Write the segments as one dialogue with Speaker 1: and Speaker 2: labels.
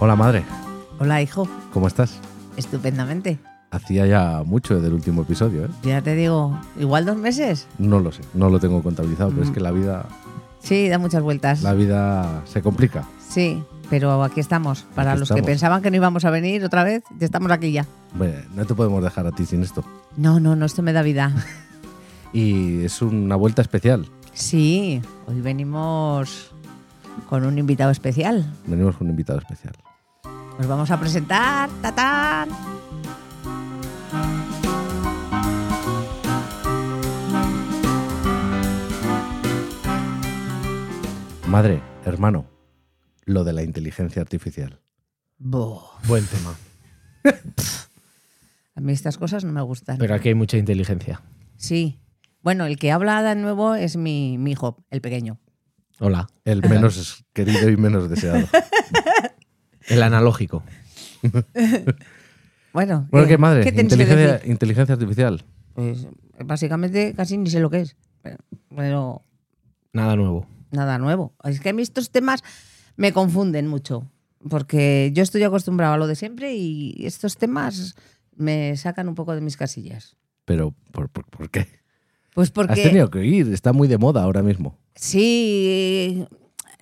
Speaker 1: Hola madre,
Speaker 2: Hola, hijo.
Speaker 1: ¿cómo estás?
Speaker 2: Estupendamente.
Speaker 1: Hacía ya mucho desde el último episodio, ¿eh?
Speaker 2: Ya te digo, igual dos meses.
Speaker 1: No lo sé, no lo tengo contabilizado, pero es
Speaker 2: Mm.
Speaker 1: que la vida,
Speaker 2: Sí, da muchas vueltas.
Speaker 1: la vida se complica.
Speaker 2: Sí, pero aquí estamos. Para
Speaker 1: Aquí
Speaker 2: los
Speaker 1: estamos.
Speaker 2: que pensaban que no íbamos a venir otra vez, ya estamos aquí ya.
Speaker 1: Bueno, no te podemos dejar a ti sin esto.
Speaker 2: No, no, no, esto me da vida.
Speaker 1: Y es una vuelta especial.
Speaker 2: Sí, hoy venimos con un invitado especial.
Speaker 1: Venimos con un invitado especial.
Speaker 2: Os vamos a presentar. ¡Tatán!
Speaker 1: Madre, hermano, lo de la inteligencia artificial.
Speaker 2: Buh,
Speaker 3: Buen tema.
Speaker 2: a mí estas cosas no me gustan.
Speaker 3: Pero aquí hay mucha inteligencia.
Speaker 2: Sí. Bueno, el que habla de nuevo es mi, mi hijo, el pequeño.
Speaker 3: Hola.
Speaker 1: El menos querido y menos deseado.
Speaker 3: El analógico.
Speaker 2: Bueno,
Speaker 1: Bueno,
Speaker 2: ¿qué-
Speaker 1: ¿qué madre?
Speaker 2: ¿qué tienes que decir?
Speaker 1: inteligencia, inteligencia artificial.
Speaker 2: Pues básicamente casi ni sé lo que es. Pero, pero
Speaker 3: Nada nuevo.
Speaker 2: nada nuevo. Es que a mí estos temas me confunden mucho. Porque yo estoy acostumbrado a lo de siempre y estos temas me sacan un poco de mis casillas.
Speaker 1: Pero, ¿por, por, por qué?
Speaker 2: Pues
Speaker 1: Has
Speaker 2: porque
Speaker 1: tenido que ir, está muy de moda ahora mismo.
Speaker 2: sí,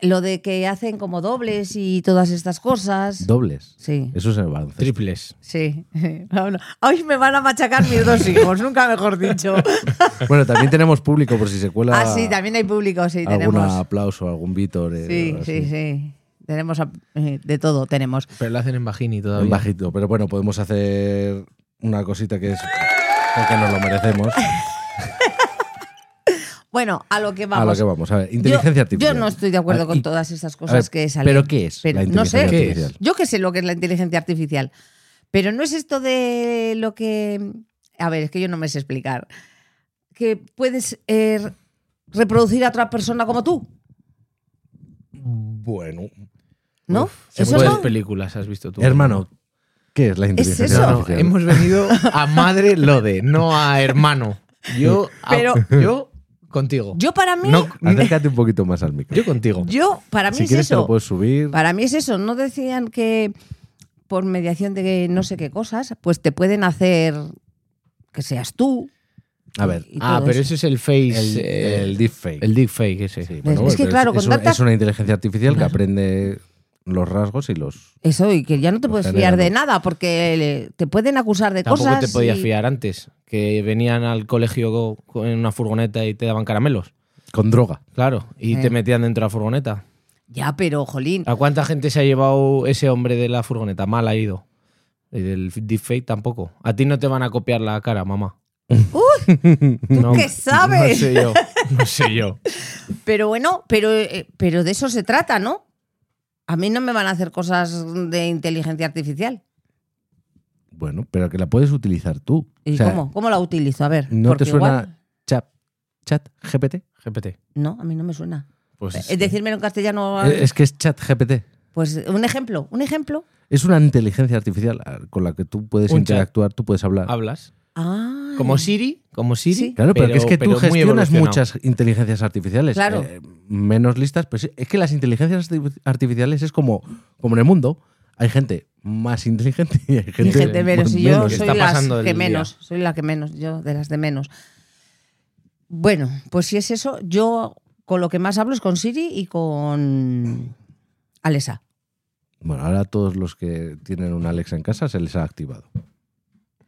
Speaker 2: lo de que hacen como dobles y todas estas cosas.
Speaker 1: Dobles.
Speaker 2: sí.
Speaker 1: Eso es el baloncesto.
Speaker 3: Triples.
Speaker 2: Sí, Ahora- hoy me van a machacar mis dos hijos, nunca mejor dicho.
Speaker 1: Bueno, también tenemos público por si se cuela
Speaker 2: Ah, sí, también hay público, sí,
Speaker 1: algún
Speaker 2: tenemos.
Speaker 1: aplauso, algún Vítor. eh,
Speaker 2: Sí,
Speaker 1: algo así.
Speaker 2: sí, sí. Tenemos a- eh, de todo, tenemos.
Speaker 3: Pero lo hacen en bajini todavía.
Speaker 1: En bajito. Pero bueno, podemos hacer una cosita que es porque nos lo merecemos.
Speaker 2: Bueno, a lo que vamos.
Speaker 1: A lo que vamos. A ver, inteligencia
Speaker 2: yo,
Speaker 1: artificial.
Speaker 2: Yo no estoy de acuerdo
Speaker 1: Ah,
Speaker 2: con
Speaker 1: y-
Speaker 2: todas esas
Speaker 1: a ver,
Speaker 2: cosas que salen.
Speaker 1: ¿Pero qué es
Speaker 2: Pero
Speaker 1: la
Speaker 2: no sé.
Speaker 1: inteligencia
Speaker 3: ¿Qué es?
Speaker 1: artificial?
Speaker 2: Yo que sé lo que es la inteligencia artificial. Pero no es esto de lo que. A ver, es que yo no me sé explicar. Que puedes eh, reproducir a otra persona como tú,
Speaker 1: Bueno.
Speaker 2: ¿no?
Speaker 3: ¿Qué
Speaker 2: Eso
Speaker 3: muchas
Speaker 2: no.
Speaker 3: películas has visto tú?
Speaker 1: Hermano, ¿qué es la inteligencia
Speaker 2: eso?
Speaker 3: No,
Speaker 1: artificial?
Speaker 3: hemos venido a madre lo de, no a hermano. Yo, a-
Speaker 2: Pero-
Speaker 3: yo contigo.
Speaker 2: Yo para mí.
Speaker 3: No-
Speaker 1: Acércate un poquito más al micro.
Speaker 3: yo contigo.
Speaker 2: Yo para mí
Speaker 1: si
Speaker 2: es
Speaker 1: quieres te
Speaker 2: eso.
Speaker 1: lo puedes subir.
Speaker 2: Para mí es eso, no decían que por mediación de no sé qué cosas, pues te pueden hacer que seas tú.
Speaker 1: A ver,
Speaker 2: y
Speaker 3: ah,
Speaker 2: todo
Speaker 3: pero
Speaker 2: eso.
Speaker 3: ese es el face.
Speaker 1: el,
Speaker 3: eh,
Speaker 1: el deepfake.
Speaker 3: el deepfake ese.
Speaker 1: Sí, pues,
Speaker 2: Es que
Speaker 1: pero
Speaker 2: claro,
Speaker 1: es,
Speaker 2: con
Speaker 1: es una-
Speaker 2: tantas-
Speaker 1: es una inteligencia artificial
Speaker 2: Claro.
Speaker 1: que aprende los rasgos y los...
Speaker 2: Eso, y que ya no te
Speaker 1: Lo
Speaker 2: puedes fiar de
Speaker 1: generan.
Speaker 2: nada, porque le- te pueden acusar de
Speaker 3: Tampoco
Speaker 2: cosas.
Speaker 3: te podías
Speaker 2: y-
Speaker 3: fiar antes, que venían al colegio co- co- en una furgoneta y te daban caramelos.
Speaker 1: Con droga.
Speaker 3: Claro, y
Speaker 2: Eh.
Speaker 3: te metían dentro de la furgoneta.
Speaker 2: Ya, pero jolín.
Speaker 3: ¿A cuánta gente se ha llevado ese hombre de la furgoneta? Mal ha ido. Y del deepfake tampoco. A ti no te van a copiar la cara, mamá. no,
Speaker 2: qué sabes?
Speaker 3: No sé yo. No sé yo.
Speaker 2: Pero bueno, pero, eh, pero de eso se trata, ¿no? A mí no me van a hacer cosas de inteligencia artificial.
Speaker 1: Bueno, pero que la puedes utilizar tú.
Speaker 2: ¿Y
Speaker 1: O sea,
Speaker 2: cómo? ¿Cómo la utilizo? A ver.
Speaker 1: ¿No te
Speaker 2: porque
Speaker 1: suena
Speaker 2: igual-
Speaker 1: chat, chat GPT?
Speaker 3: GPT.
Speaker 2: No, a mí no me suena.
Speaker 3: Pues,
Speaker 2: Es decírmelo en castellano.
Speaker 1: Eh, Es que es chat GPT.
Speaker 2: Pues un ejemplo, un ejemplo.
Speaker 1: Es una inteligencia artificial ah, con la que tú puedes
Speaker 3: Un chat.
Speaker 1: interactuar, tú puedes hablar.
Speaker 3: hablas.
Speaker 2: Ah.
Speaker 3: Como Siri, como Siri.
Speaker 2: Sí.
Speaker 1: Claro, pero, que es que
Speaker 3: pero
Speaker 1: tú
Speaker 3: muy
Speaker 1: gestionas
Speaker 3: evolucionado.
Speaker 1: muchas inteligencias artificiales.
Speaker 2: Claro.
Speaker 1: eh, menos listas, pues es que las inteligencias arti- artificiales es como, como en el mundo. Hay gente más inteligente y hay gente,
Speaker 2: Y gente menos. Y yo
Speaker 1: menos.
Speaker 3: Que
Speaker 2: soy
Speaker 3: está
Speaker 2: las
Speaker 3: pasando del
Speaker 2: que
Speaker 3: día.
Speaker 2: menos. Soy la que menos, yo de las de menos. Bueno, pues si es eso, yo con lo que más hablo es con Siri y con Alexa.
Speaker 1: Bueno, ahora todos los que tienen una Alexa en casa se les ha activado.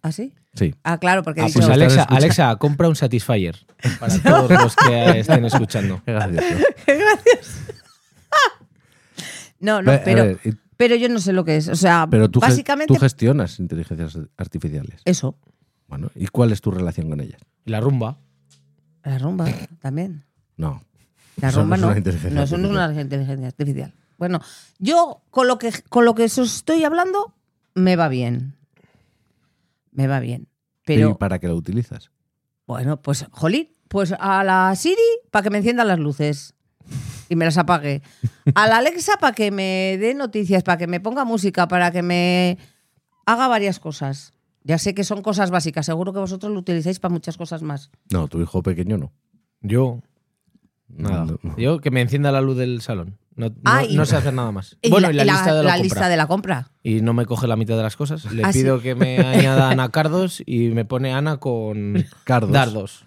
Speaker 2: ¿Ah, sí?
Speaker 1: Sí.
Speaker 2: Ah, claro, porque he
Speaker 1: Ah,
Speaker 2: dicho-
Speaker 3: Pues
Speaker 1: Sí, lo
Speaker 3: Alexa,
Speaker 1: están escuchando.
Speaker 3: Alexa, compra un Satisfyer para todos los que estén escuchando.
Speaker 1: Qué gracioso.
Speaker 2: No, no,
Speaker 1: A
Speaker 2: pero,
Speaker 1: ver, y-
Speaker 2: pero yo no sé lo que es. O sea,
Speaker 1: Eh, Pero tú, ge-
Speaker 2: básicamente
Speaker 1: tú gestionas inteligencias artificiales.
Speaker 2: eso.
Speaker 1: Bueno, ¿y cuál es tu relación con ellas?
Speaker 3: Y La rumba.
Speaker 2: La rumba también.
Speaker 1: No.
Speaker 2: La
Speaker 1: Eso no
Speaker 2: rumba
Speaker 1: es
Speaker 2: no.
Speaker 1: una inteligencia
Speaker 2: no, eso no es una inteligencia artificial. Bueno, yo con lo que con lo que os estoy hablando me va bien. Me va bien. Pero
Speaker 1: ¿Y para qué la utilizas?
Speaker 2: bueno, pues jolín, pues a la Siri para que me enciendan las luces y me las apague. A la Alexa para que me dé noticias, para que me ponga música, para que me haga varias cosas. Ya sé que son cosas básicas, seguro que vosotros lo utilizáis para muchas cosas más.
Speaker 1: No, tu hijo pequeño no.
Speaker 3: Yo, nada.
Speaker 1: No.
Speaker 3: Yo que me encienda la luz del salón. No, no-
Speaker 2: Ah, y-
Speaker 3: no sé hacer nada más.
Speaker 2: Y
Speaker 3: bueno, y
Speaker 2: la-
Speaker 3: la, lista de la, compra.
Speaker 2: lista de la compra.
Speaker 3: Y no me coge la mitad de las cosas. Le
Speaker 2: Ah, sí.
Speaker 3: pido que me añada Ana Cardos y me pone Ana con
Speaker 1: Cardos.
Speaker 3: dardos.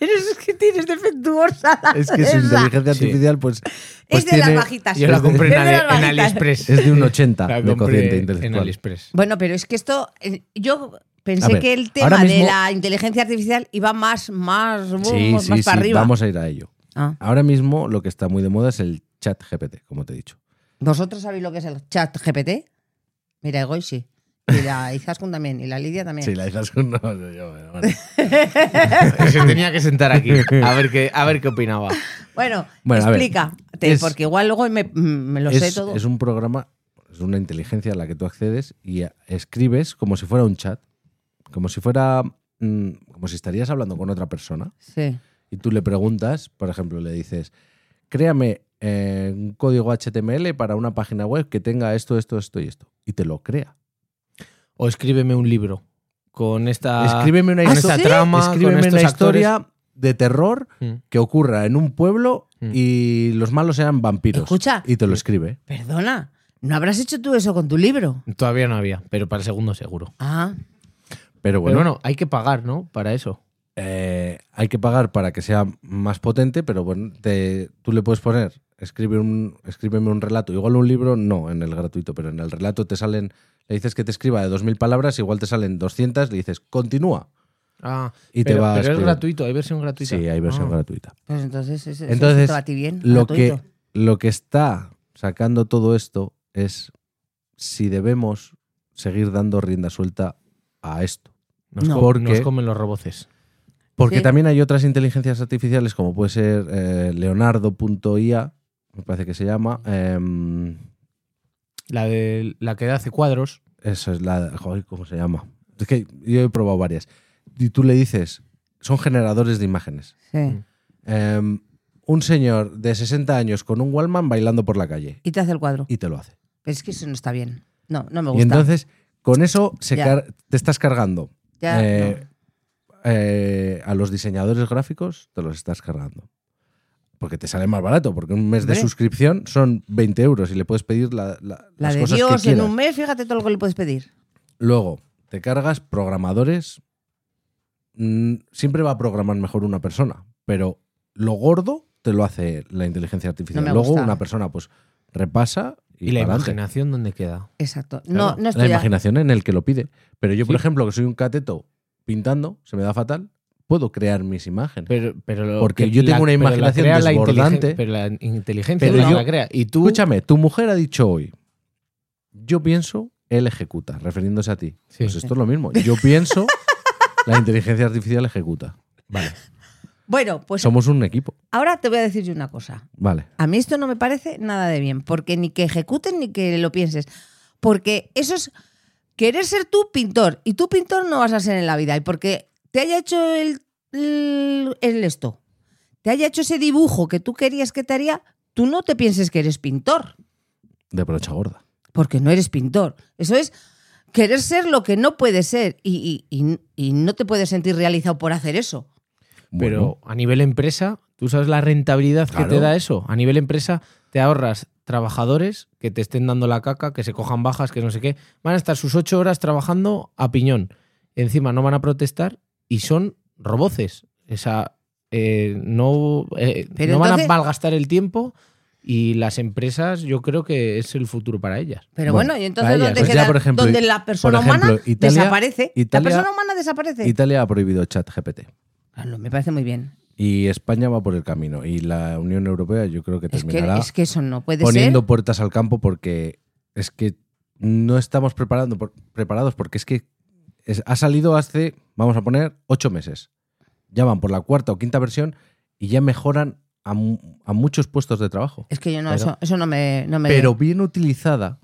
Speaker 2: Eres que tienes defectuosa. la
Speaker 1: Es que su
Speaker 2: cerveza.
Speaker 1: inteligencia
Speaker 3: Sí.
Speaker 1: artificial, pues.
Speaker 2: Es
Speaker 1: pues
Speaker 2: de las
Speaker 1: tiene-
Speaker 2: bajitas.
Speaker 3: Yo la
Speaker 2: Es de-
Speaker 3: compré en,
Speaker 2: es de
Speaker 3: Ale-
Speaker 2: las
Speaker 3: en
Speaker 2: bajitas.
Speaker 3: AliExpress.
Speaker 1: Es de un 80
Speaker 3: La
Speaker 1: de cociente
Speaker 3: compré en
Speaker 1: intelectual.
Speaker 3: AliExpress.
Speaker 2: Bueno, pero es que esto. eh, Yo
Speaker 1: A
Speaker 2: pensé
Speaker 1: ver,
Speaker 2: que el
Speaker 1: ahora
Speaker 2: tema de
Speaker 1: mismo-
Speaker 2: la inteligencia artificial iba más, más, más para arriba.
Speaker 1: vamos a ir a ello.
Speaker 2: Ah,
Speaker 1: Ahora mismo lo que está muy de moda es el chat GPT, como te he dicho.
Speaker 2: ¿Vosotros sabéis lo que es el chat GPT? Mira, Egoy sí. Y la Izaskun también. Y la Lidia también.
Speaker 1: Sí, la dejas con no, yo- yo- bueno.
Speaker 3: Se tenía que sentar aquí a ver qué, a ver qué opinaba.
Speaker 2: Bueno,
Speaker 1: Bueno, a ver.
Speaker 2: explícate,
Speaker 1: Es-
Speaker 2: porque igual luego me, mm, me lo sé
Speaker 1: es,
Speaker 2: todo.
Speaker 1: es un programa, es una inteligencia a la que tú accedes y a- escribes como si fuera un chat, como si fuera, mm, como si estarías hablando con otra persona
Speaker 2: Sí.
Speaker 1: y tú le preguntas, por ejemplo, le dices, créame eh, un código HTML para una página web que tenga esto, esto, esto y esto, y te lo crea.
Speaker 3: O escríbeme un libro con esta,
Speaker 1: escríbeme una,
Speaker 3: Ah, con
Speaker 1: histo-
Speaker 3: esta trama, con
Speaker 1: escríbeme una
Speaker 3: estos actores.
Speaker 1: historia de terror
Speaker 3: Mm.
Speaker 1: que ocurra en un pueblo
Speaker 3: Mm.
Speaker 1: y los malos sean vampiros.
Speaker 2: Escucha.
Speaker 1: Y te lo escribe.
Speaker 2: Perdona, ¿no habrás hecho tú eso con tu libro?
Speaker 3: Todavía no había, pero para el segundo seguro.
Speaker 2: Ah,
Speaker 1: Pero
Speaker 3: Bueno,
Speaker 1: bueno,
Speaker 3: bueno, hay que pagar, ¿no? Para eso.
Speaker 1: eh, hay que pagar para que sea más potente, pero bueno, te- tú le puedes poner, escribe un, escríbeme un relato. Igual un libro, no, en el gratuito, pero en el relato te salen, le dices que te escriba de 2.000 palabras, igual te salen 200, le dices, continúa.
Speaker 3: Ah,
Speaker 1: Y te
Speaker 3: pero,
Speaker 1: va a
Speaker 3: pero es
Speaker 1: escribir.
Speaker 3: gratuito, hay versión gratuita.
Speaker 1: Sí, hay versión
Speaker 3: Ah.
Speaker 1: gratuita.
Speaker 2: pues entonces eso, eso
Speaker 1: Entonces,
Speaker 2: te va a ti bien.
Speaker 1: Lo que,
Speaker 2: gratuito.
Speaker 1: lo que está sacando todo esto es si debemos seguir dando rienda suelta a esto.
Speaker 3: Nos,
Speaker 2: No.
Speaker 3: co-
Speaker 1: Porque-
Speaker 3: nos comen los roboces.
Speaker 1: Porque
Speaker 2: Sí.
Speaker 1: también hay otras inteligencias artificiales, como puede ser eh, Leonardo.ia, me parece que se llama. em,
Speaker 3: La, de, la que hace cuadros.
Speaker 1: eso es la. joder, ¿cómo se llama? Es que yo he probado varias. Y tú le dices, son generadores de imágenes.
Speaker 2: Sí.
Speaker 1: Em, un señor de 60 años con un Wallman bailando por la calle.
Speaker 2: Y te hace el cuadro.
Speaker 1: Y te lo hace.
Speaker 2: Pero es que eso no está bien. No, no me
Speaker 1: Y
Speaker 2: gusta.
Speaker 1: entonces, con eso se
Speaker 2: Ya.
Speaker 1: car- te estás cargando.
Speaker 2: Ya,
Speaker 1: eh,
Speaker 2: no.
Speaker 1: eh, a los diseñadores gráficos te los estás cargando. Porque te sale más barato, porque un mes de
Speaker 2: Hombre.
Speaker 1: suscripción son 20 euros y le puedes pedir la, la-
Speaker 2: La
Speaker 1: las
Speaker 2: de
Speaker 1: cosas
Speaker 2: Dios
Speaker 1: que
Speaker 2: en
Speaker 1: quieras.
Speaker 2: un mes, fíjate todo lo que le puedes pedir.
Speaker 1: Luego, te cargas programadores. Mm, siempre va a programar mejor una persona, pero lo gordo te lo hace la inteligencia artificial.
Speaker 2: No me
Speaker 1: Luego
Speaker 2: gusta.
Speaker 1: una persona pues repasa y,
Speaker 3: ¿Y, la
Speaker 1: pa'lante.
Speaker 3: imaginación dónde queda?
Speaker 2: Exacto.
Speaker 1: Claro,
Speaker 2: No, no estoy
Speaker 1: La
Speaker 2: a-
Speaker 1: imaginación en el que lo pide. Pero yo, por
Speaker 3: Sí.
Speaker 1: ejemplo, que soy un cateto pintando, se me da fatal, puedo crear mis imágenes.
Speaker 3: Pero, pero lo
Speaker 1: Porque
Speaker 3: que-
Speaker 1: yo tengo una
Speaker 3: pero la
Speaker 1: imaginación
Speaker 3: crea la
Speaker 1: desbordante.
Speaker 3: inteligen- Pero la inteligencia
Speaker 1: Pero
Speaker 3: no
Speaker 1: yo-
Speaker 3: la crea. Y tú.
Speaker 1: Escúchame, tu mujer ha dicho hoy, yo pienso, él ejecuta, refiriéndose a ti.
Speaker 3: Sí.
Speaker 1: Pues esto es lo mismo. Yo pienso, la inteligencia artificial ejecuta.
Speaker 3: Vale.
Speaker 2: Bueno, pues
Speaker 1: Somos un equipo.
Speaker 2: ahora te voy a decir yo una cosa.
Speaker 1: Vale.
Speaker 2: A mí esto no me parece nada de bien, porque ni que ejecuten ni que lo pienses. Porque eso es querer ser tú pintor, y tú pintor no vas a ser en la vida, y porque te haya hecho el, el, el esto, te haya hecho ese dibujo que tú querías que te haría, tú no te pienses que eres pintor,
Speaker 1: De brocha gorda.
Speaker 2: porque no eres pintor. Eso es querer ser lo que no puedes ser, y, y- y- y no te puedes sentir realizado por hacer eso.
Speaker 1: Bueno,
Speaker 3: Pero a nivel empresa, ¿tú sabes la rentabilidad
Speaker 1: Claro.
Speaker 3: que te da eso? A nivel empresa, te ahorras trabajadores que te estén dando la caca, que se cojan bajas, que no sé qué. Van a estar sus ocho horas trabajando a piñón. Encima no van a protestar y son roboces. Esa, eh, no eh,
Speaker 2: Pero
Speaker 3: no van a
Speaker 2: entonces-
Speaker 3: malgastar el tiempo y las empresas yo creo que es el futuro para ellas.
Speaker 2: Pero
Speaker 1: Bueno,
Speaker 2: bueno, y entonces
Speaker 1: vaya,
Speaker 2: ¿dónde
Speaker 1: pues ya,
Speaker 2: queda-
Speaker 1: por ejemplo,
Speaker 2: donde
Speaker 1: y-
Speaker 2: la persona
Speaker 1: por ejemplo,
Speaker 2: humana
Speaker 1: Italia-
Speaker 2: desaparece.
Speaker 1: Italia-
Speaker 2: la persona humana desaparece.
Speaker 1: Italia ha prohibido chat GPT.
Speaker 2: Ah, no, me parece muy bien.
Speaker 1: Y España va por el camino. Y la Unión Europea yo creo que
Speaker 2: Es que,
Speaker 1: terminará
Speaker 2: es que eso no puede
Speaker 1: poniendo
Speaker 2: ser.
Speaker 1: puertas al campo porque es que no estamos preparando por- preparados porque es que es- ha salido hace, vamos a poner, ocho meses. Ya van por la cuarta o quinta versión y ya mejoran a, mu- a muchos puestos de trabajo.
Speaker 2: Es que yo no,
Speaker 3: Pero-
Speaker 2: eso, eso no me. no me-
Speaker 1: Pero bien utilizada,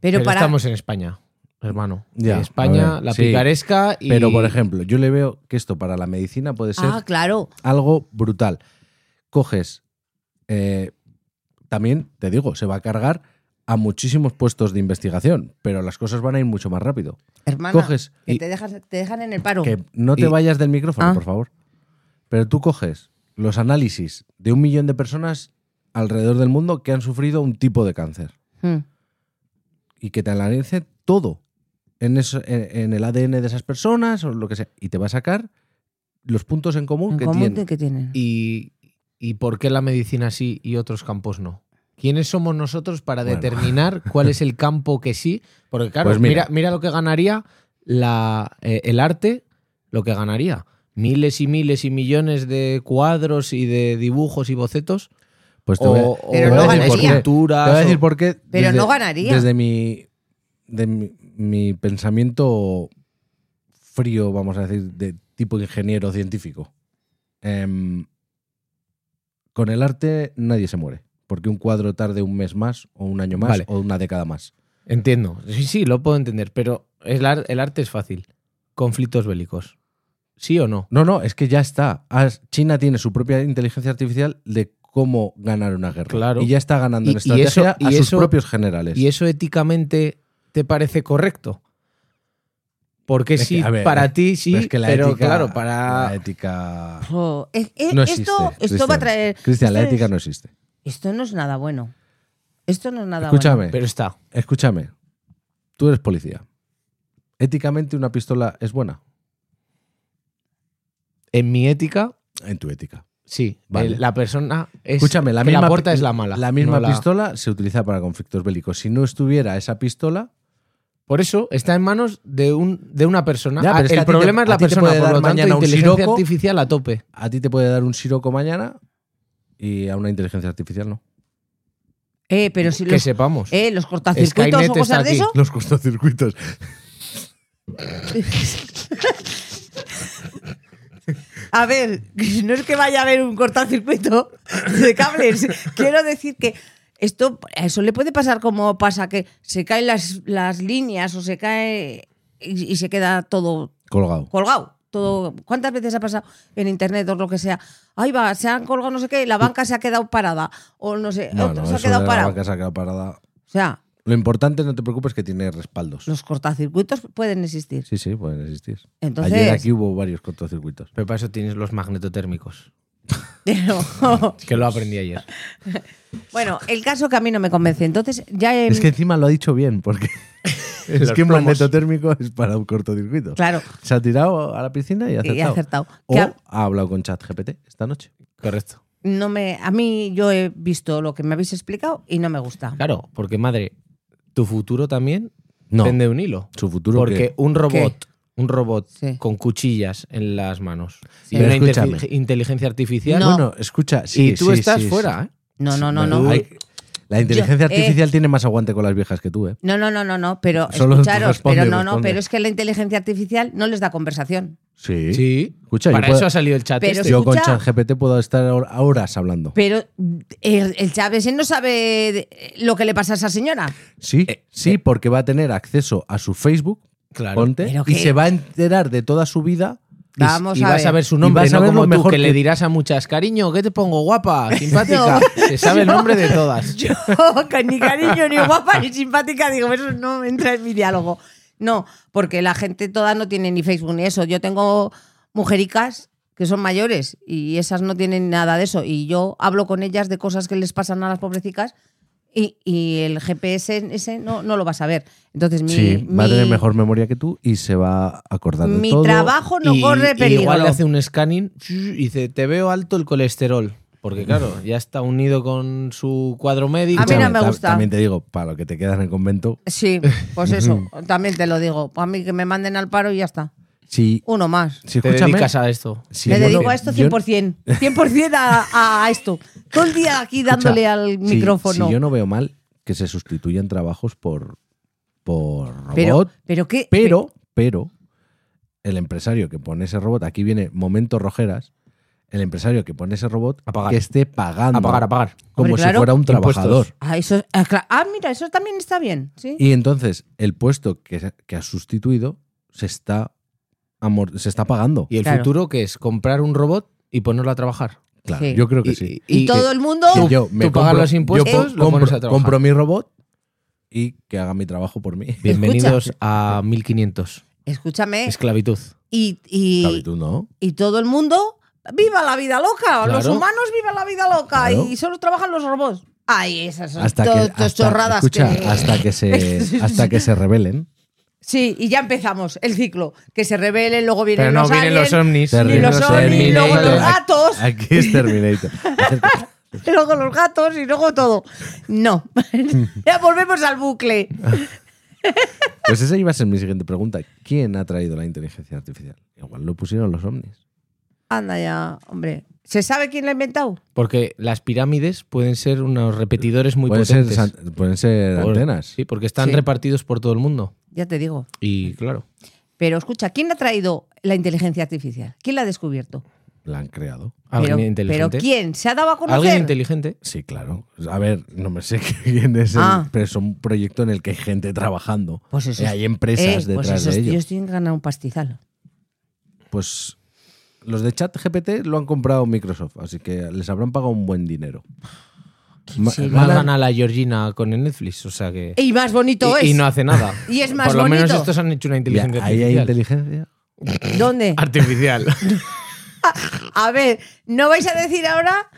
Speaker 2: pero
Speaker 3: Pero,
Speaker 2: para.
Speaker 3: estamos en España, hermano.
Speaker 1: Ya, a
Speaker 3: España,
Speaker 1: ver,
Speaker 3: la
Speaker 1: sí.
Speaker 3: picaresca y...
Speaker 1: pero por ejemplo, yo le veo que esto para la medicina puede ser
Speaker 2: ah, claro.
Speaker 1: algo brutal. Coges, eh, también te digo, se va a cargar a muchísimos puestos de investigación, pero las cosas van a ir mucho más rápido.
Speaker 2: Hermana.
Speaker 1: Coges
Speaker 2: que
Speaker 1: y-
Speaker 2: te, dejan, te dejan en el paro.
Speaker 1: Que no te
Speaker 3: Y-
Speaker 1: vayas del micrófono,
Speaker 2: Ah.
Speaker 1: por favor. Pero tú coges los análisis de un millón de personas alrededor del mundo que han sufrido un tipo de cáncer
Speaker 2: Mm.
Speaker 1: y que te analice todo en, eso- en- en el ADN de esas personas o lo que sea y te va a sacar los puntos en común
Speaker 2: ¿En
Speaker 1: que
Speaker 2: común
Speaker 1: tienen.
Speaker 2: de qué tienen?
Speaker 3: ¿Y, y por qué la medicina sí y otros campos no? ¿Quiénes somos nosotros para
Speaker 1: Bueno.
Speaker 3: determinar cuál es el campo que sí? Porque claro,
Speaker 1: Pues
Speaker 3: mira.
Speaker 1: mira.
Speaker 3: Mira, lo que ganaría la, eh, el arte, lo que ganaría. Miles y miles y millones de cuadros y de dibujos y bocetos.
Speaker 1: Pues te
Speaker 3: o,
Speaker 1: voy a-
Speaker 3: o-
Speaker 2: Pero
Speaker 1: te voy a
Speaker 2: no
Speaker 1: decir por
Speaker 2: ganaría.
Speaker 1: qué. Te voy a decir por qué.
Speaker 2: Pero no ganaría.
Speaker 1: Desde mi, de mi, mi pensamiento frío, vamos a decir, de tipo ingeniero científico. Em, con el arte nadie se muere. Porque un cuadro tarde un mes más, o un año más,
Speaker 3: Vale.
Speaker 1: o una década más.
Speaker 3: Entiendo. Sí, sí, lo puedo entender. Pero el, ar- el arte es fácil. Conflictos bélicos. ¿Sí o no?
Speaker 1: No, no, es que ya está. Has- China tiene su propia inteligencia artificial de cómo ganar una guerra.
Speaker 3: Claro.
Speaker 1: Y ya está ganando
Speaker 3: Y-
Speaker 1: en
Speaker 3: y eso-
Speaker 1: estrategia
Speaker 3: y
Speaker 1: a sus
Speaker 3: eso-
Speaker 1: propios generales.
Speaker 3: ¿Y eso éticamente te parece correcto? Porque
Speaker 1: Es que,
Speaker 3: sí,
Speaker 1: a ver,
Speaker 3: para
Speaker 1: es-
Speaker 3: ti sí,
Speaker 1: Pero es que la
Speaker 3: pero
Speaker 1: ética-
Speaker 3: claro,
Speaker 1: La
Speaker 3: para... Eh,
Speaker 1: ética.
Speaker 2: Jo, es- es-
Speaker 1: No existe.
Speaker 2: esto, esto
Speaker 1: Cristian.
Speaker 2: va a traer.
Speaker 1: Cristian, la
Speaker 2: esto es-
Speaker 1: ética no existe.
Speaker 2: Esto no es nada bueno. Esto no es nada
Speaker 1: Escúchame,
Speaker 3: Pero está.
Speaker 1: escúchame. Tú eres policía. Éticamente una pistola es buena.
Speaker 3: En mi ética,
Speaker 1: En tu ética.
Speaker 3: sí.
Speaker 1: Vale.
Speaker 3: El- la persona es...
Speaker 1: Escúchame, la
Speaker 3: que
Speaker 1: misma
Speaker 3: la puerta
Speaker 1: pi-
Speaker 3: es la mala.
Speaker 1: La misma
Speaker 3: no
Speaker 1: pistola se utiliza para conflictos bélicos. Si no estuviera esa pistola,
Speaker 3: Por eso está en manos de, un, de una persona.
Speaker 1: Ya,
Speaker 3: Ah,
Speaker 1: pero es que
Speaker 3: el
Speaker 1: a ti te-
Speaker 3: problema es
Speaker 1: a
Speaker 3: la
Speaker 1: ti te
Speaker 3: persona,
Speaker 1: puede
Speaker 3: por
Speaker 1: dar
Speaker 3: lo tanto,
Speaker 1: mañana un
Speaker 3: inteligencia
Speaker 1: siroco.
Speaker 3: artificial a tope.
Speaker 1: a ti te puede dar un siroco mañana y a una inteligencia artificial no.
Speaker 2: bueno. Eh, pero si
Speaker 3: que
Speaker 2: los,
Speaker 3: sepamos.
Speaker 2: eh, los cortacircuitos
Speaker 3: Skynet
Speaker 2: o
Speaker 3: está
Speaker 2: cosas de
Speaker 3: aquí.
Speaker 2: eso.
Speaker 1: Los cortocircuitos.
Speaker 2: A ver, no es que vaya a haber un cortacircuito de cables. Quiero decir que esto, a eso le puede pasar como pasa que se caen las, las líneas o se cae y, y se queda todo
Speaker 1: Colgado.
Speaker 2: colgado. Todo, ¿Cuántas veces ha pasado en internet o lo que sea? Ahí va, se han colgado no sé qué, la banca se ha quedado parada. O no sé,
Speaker 1: No,
Speaker 2: otro
Speaker 1: no,
Speaker 2: se ha
Speaker 1: eso de
Speaker 2: quedado
Speaker 1: la
Speaker 2: parado.
Speaker 1: vaca se ha quedado parada.
Speaker 2: O sea,
Speaker 1: Lo importante, no te preocupes, que tiene respaldos.
Speaker 2: los cortacircuitos pueden existir.
Speaker 1: Sí, sí, pueden existir.
Speaker 2: Entonces-
Speaker 1: Ayer aquí hubo varios cortocircuitos.
Speaker 3: Pero para eso tienes los magnetotérmicos.
Speaker 2: Pero,
Speaker 3: Que lo aprendí ayer.
Speaker 2: bueno, el caso que a mí no me convence. Entonces, ya he-
Speaker 1: Es que encima lo ha dicho bien, porque es
Speaker 3: Los
Speaker 1: que un
Speaker 3: plomos.
Speaker 1: magnetotérmico es para un cortocircuito.
Speaker 2: claro,
Speaker 1: Se ha tirado a la piscina y ha acertado.
Speaker 2: y he acertado.
Speaker 1: O
Speaker 2: Que a-
Speaker 1: ha hablado con ChatGPT esta noche.
Speaker 3: Correcto.
Speaker 2: no me, a mí yo he visto lo que me habéis explicado y no me gusta.
Speaker 3: Claro, porque madre, tu futuro también
Speaker 1: No.
Speaker 3: depende de un hilo.
Speaker 1: Su futuro.
Speaker 3: Porque
Speaker 1: ¿qué?
Speaker 3: un robot, un robot
Speaker 2: Sí.
Speaker 3: con cuchillas en las manos
Speaker 2: Sí.
Speaker 3: y
Speaker 1: Pero
Speaker 3: una inte-
Speaker 1: escúchame.
Speaker 3: inteligencia artificial
Speaker 2: No.
Speaker 1: Bueno, escucha. Sí,
Speaker 3: y tú
Speaker 1: sí,
Speaker 3: estás
Speaker 1: sí,
Speaker 3: fuera,
Speaker 1: sí.
Speaker 3: ¿eh?
Speaker 2: No, no, no, no.
Speaker 1: Hay- la inteligencia
Speaker 2: Yo- eh,
Speaker 1: artificial tiene más aguante con las viejas que tú, ¿eh?
Speaker 2: No, no, no, no, no, pero
Speaker 1: Solo
Speaker 2: escucharos,
Speaker 1: responde,
Speaker 2: pero no, no,
Speaker 1: responde.
Speaker 2: pero es que la inteligencia artificial no les da conversación.
Speaker 1: Sí.
Speaker 3: Sí.
Speaker 1: Escucha, yo
Speaker 3: ¿eh? Para
Speaker 1: puedo-
Speaker 3: eso ha salido el chat.
Speaker 2: Pero
Speaker 3: este.
Speaker 2: sí.
Speaker 1: Yo con
Speaker 2: Escucha.
Speaker 1: ChatGPT puedo estar hor- horas hablando.
Speaker 2: Pero el, el Chávez él no sabe de- lo que le pasa a esa señora.
Speaker 1: Sí,
Speaker 3: Eh,
Speaker 1: sí, porque va a tener acceso a su Facebook,
Speaker 3: Claro.
Speaker 1: ponte,
Speaker 2: Pero
Speaker 1: y
Speaker 2: que-
Speaker 1: se va a enterar de toda su vida.
Speaker 2: Vamos
Speaker 3: y
Speaker 2: a,
Speaker 3: vas
Speaker 2: ver.
Speaker 3: a ver su
Speaker 1: Y
Speaker 3: nombre,
Speaker 1: vas a
Speaker 3: no
Speaker 1: ver
Speaker 3: como
Speaker 1: lo
Speaker 3: tú,
Speaker 1: mejor
Speaker 3: que, le
Speaker 1: que-
Speaker 3: dirás a muchas, cariño, ¿qué te pongo? Guapa, simpática. Se sabe el nombre de todas.
Speaker 2: Con ni cariño, ni guapa, ni simpática, digo, eso no entra en mi diálogo. No, porque la gente toda no tiene ni Facebook ni eso. Yo tengo mujericas que son mayores y esas no tienen nada de eso. Y yo hablo con ellas de cosas que les pasan a las pobrecicas y, y el GPS ese no, no lo vas a ver. Entonces, mi,
Speaker 1: sí, va a
Speaker 2: mi-
Speaker 1: tener mejor memoria que tú y se va a acordar de
Speaker 2: mi
Speaker 1: todo.
Speaker 2: trabajo no
Speaker 3: Y-
Speaker 2: corre
Speaker 3: y
Speaker 2: peligro.
Speaker 3: igual le hace un scanning y dice, te veo alto el colesterol. Porque claro, ya está unido con su cuadro médico.
Speaker 2: A mí no me
Speaker 1: Escúchame, ta-
Speaker 2: gusta.
Speaker 1: También te digo, para lo que te quedas en el convento,
Speaker 2: Sí, pues eso, también te lo digo. A mí que me manden al paro y ya está.
Speaker 1: si,
Speaker 2: Uno más.
Speaker 1: si
Speaker 3: Te
Speaker 1: escúchame,
Speaker 3: dedicas a esto.
Speaker 1: si
Speaker 2: Me
Speaker 1: yo no-
Speaker 2: dedico a esto
Speaker 1: yo-
Speaker 2: 100%. 100% a, a esto. Todo el día aquí
Speaker 1: escucha,
Speaker 2: dándole al
Speaker 1: si-
Speaker 2: micrófono.
Speaker 1: Si yo no veo mal que se sustituyan trabajos por, por robot,
Speaker 2: pero,
Speaker 1: pero,
Speaker 2: pero qué.
Speaker 1: pero, el empresario que pone ese robot, aquí viene momento rojeras, el empresario que pone ese robot
Speaker 3: A pagar.
Speaker 1: que esté pagando
Speaker 3: Apagar, apagar.
Speaker 1: como
Speaker 2: Hombre, claro.
Speaker 1: si fuera un
Speaker 3: Impuestos.
Speaker 1: trabajador.
Speaker 2: Ah, eso, ah, cla- ah, mira, eso también está bien. Sí.
Speaker 1: Y entonces el puesto que, que ha sustituido se está, amor- se está pagando.
Speaker 3: ¿Y el
Speaker 2: Claro.
Speaker 3: futuro qué es? ¿Comprar un robot y ponerlo a trabajar?
Speaker 1: Claro,
Speaker 2: Sí.
Speaker 1: yo creo que
Speaker 3: Y-
Speaker 1: sí.
Speaker 2: Y,
Speaker 3: y-
Speaker 2: todo
Speaker 3: y-
Speaker 2: el mundo.
Speaker 1: Que
Speaker 3: Tú-
Speaker 1: yo me
Speaker 3: tú pagas
Speaker 1: compro-
Speaker 3: los impuestos,
Speaker 1: yo
Speaker 3: lo
Speaker 1: compro,
Speaker 3: pones a trabajar.
Speaker 1: compro mi robot y que haga mi trabajo por mí.
Speaker 3: Bienvenidos a 1500.
Speaker 2: Escúchame.
Speaker 3: Esclavitud.
Speaker 2: Y, y,
Speaker 1: Claro, y tú no.
Speaker 2: y todo el mundo viva la vida loca. Los
Speaker 3: Claro.
Speaker 2: humanos vivan la vida loca
Speaker 1: Claro.
Speaker 2: y solo trabajan los robots. Ay, esas son
Speaker 1: Hasta que,
Speaker 2: todas
Speaker 1: hasta-
Speaker 2: chorradas
Speaker 1: escucha,
Speaker 2: que...
Speaker 1: hasta que se hasta que se rebelen.
Speaker 2: Sí, y ya empezamos el ciclo. Que se revelen, luego vienen
Speaker 3: Pero no,
Speaker 2: los
Speaker 3: vienen los
Speaker 2: aliens,
Speaker 3: ovnis.
Speaker 1: Se
Speaker 2: y
Speaker 1: vienen
Speaker 2: los
Speaker 1: los
Speaker 2: ovnis, y luego los
Speaker 1: Terminator.
Speaker 2: gatos,
Speaker 1: Aquí es Terminator.
Speaker 2: y luego los gatos y luego todo. No, ya volvemos al bucle.
Speaker 1: Pues esa iba a ser mi siguiente pregunta. ¿Quién ha traído la inteligencia artificial? Igual lo pusieron los ovnis.
Speaker 2: Anda ya, hombre. ¿Se sabe quién lo ha inventado?
Speaker 3: Porque las pirámides pueden ser unos repetidores muy
Speaker 1: pueden, ser,
Speaker 3: potentes.
Speaker 1: san- pueden ser
Speaker 3: Por-
Speaker 1: antenas.
Speaker 3: Sí, porque están
Speaker 2: Sí.
Speaker 3: repartidos por todo el mundo.
Speaker 2: Ya te digo.
Speaker 3: Y claro.
Speaker 2: Pero escucha, ¿quién ha traído la inteligencia artificial? ¿Quién la ha descubierto?
Speaker 1: La han creado.
Speaker 3: Alguien
Speaker 2: pero,
Speaker 3: inteligente.
Speaker 2: pero ¿quién? ¿Se ha dado a conocer?
Speaker 3: Alguien inteligente.
Speaker 1: Sí, claro. A ver, no me sé quién es, el-
Speaker 2: Ah.
Speaker 1: pero es un proyecto en el que hay gente trabajando.
Speaker 2: Pues eso
Speaker 1: Eh,
Speaker 2: es-
Speaker 1: hay empresas
Speaker 2: Eh,
Speaker 1: detrás
Speaker 2: pues esos
Speaker 1: de ello.
Speaker 2: tíos tienen que ganar un pastizal.
Speaker 1: Pues los de ChatGPT lo han comprado Microsoft, así que les habrán pagado un buen dinero. Ma-
Speaker 2: sí,
Speaker 1: ganan-
Speaker 3: Pagan a la Georgina con el Netflix. O sea que.
Speaker 2: Y más bonito
Speaker 3: y,
Speaker 2: es.
Speaker 3: y no hace nada.
Speaker 2: Y es más
Speaker 3: Por lo menos
Speaker 2: bonito.
Speaker 3: estos han hecho una
Speaker 1: Y
Speaker 3: inteligencia
Speaker 1: ahí hay
Speaker 3: artificial.
Speaker 1: inteligencia.
Speaker 2: ¿Dónde?
Speaker 3: artificial.
Speaker 2: A ver, no vais a decir ahora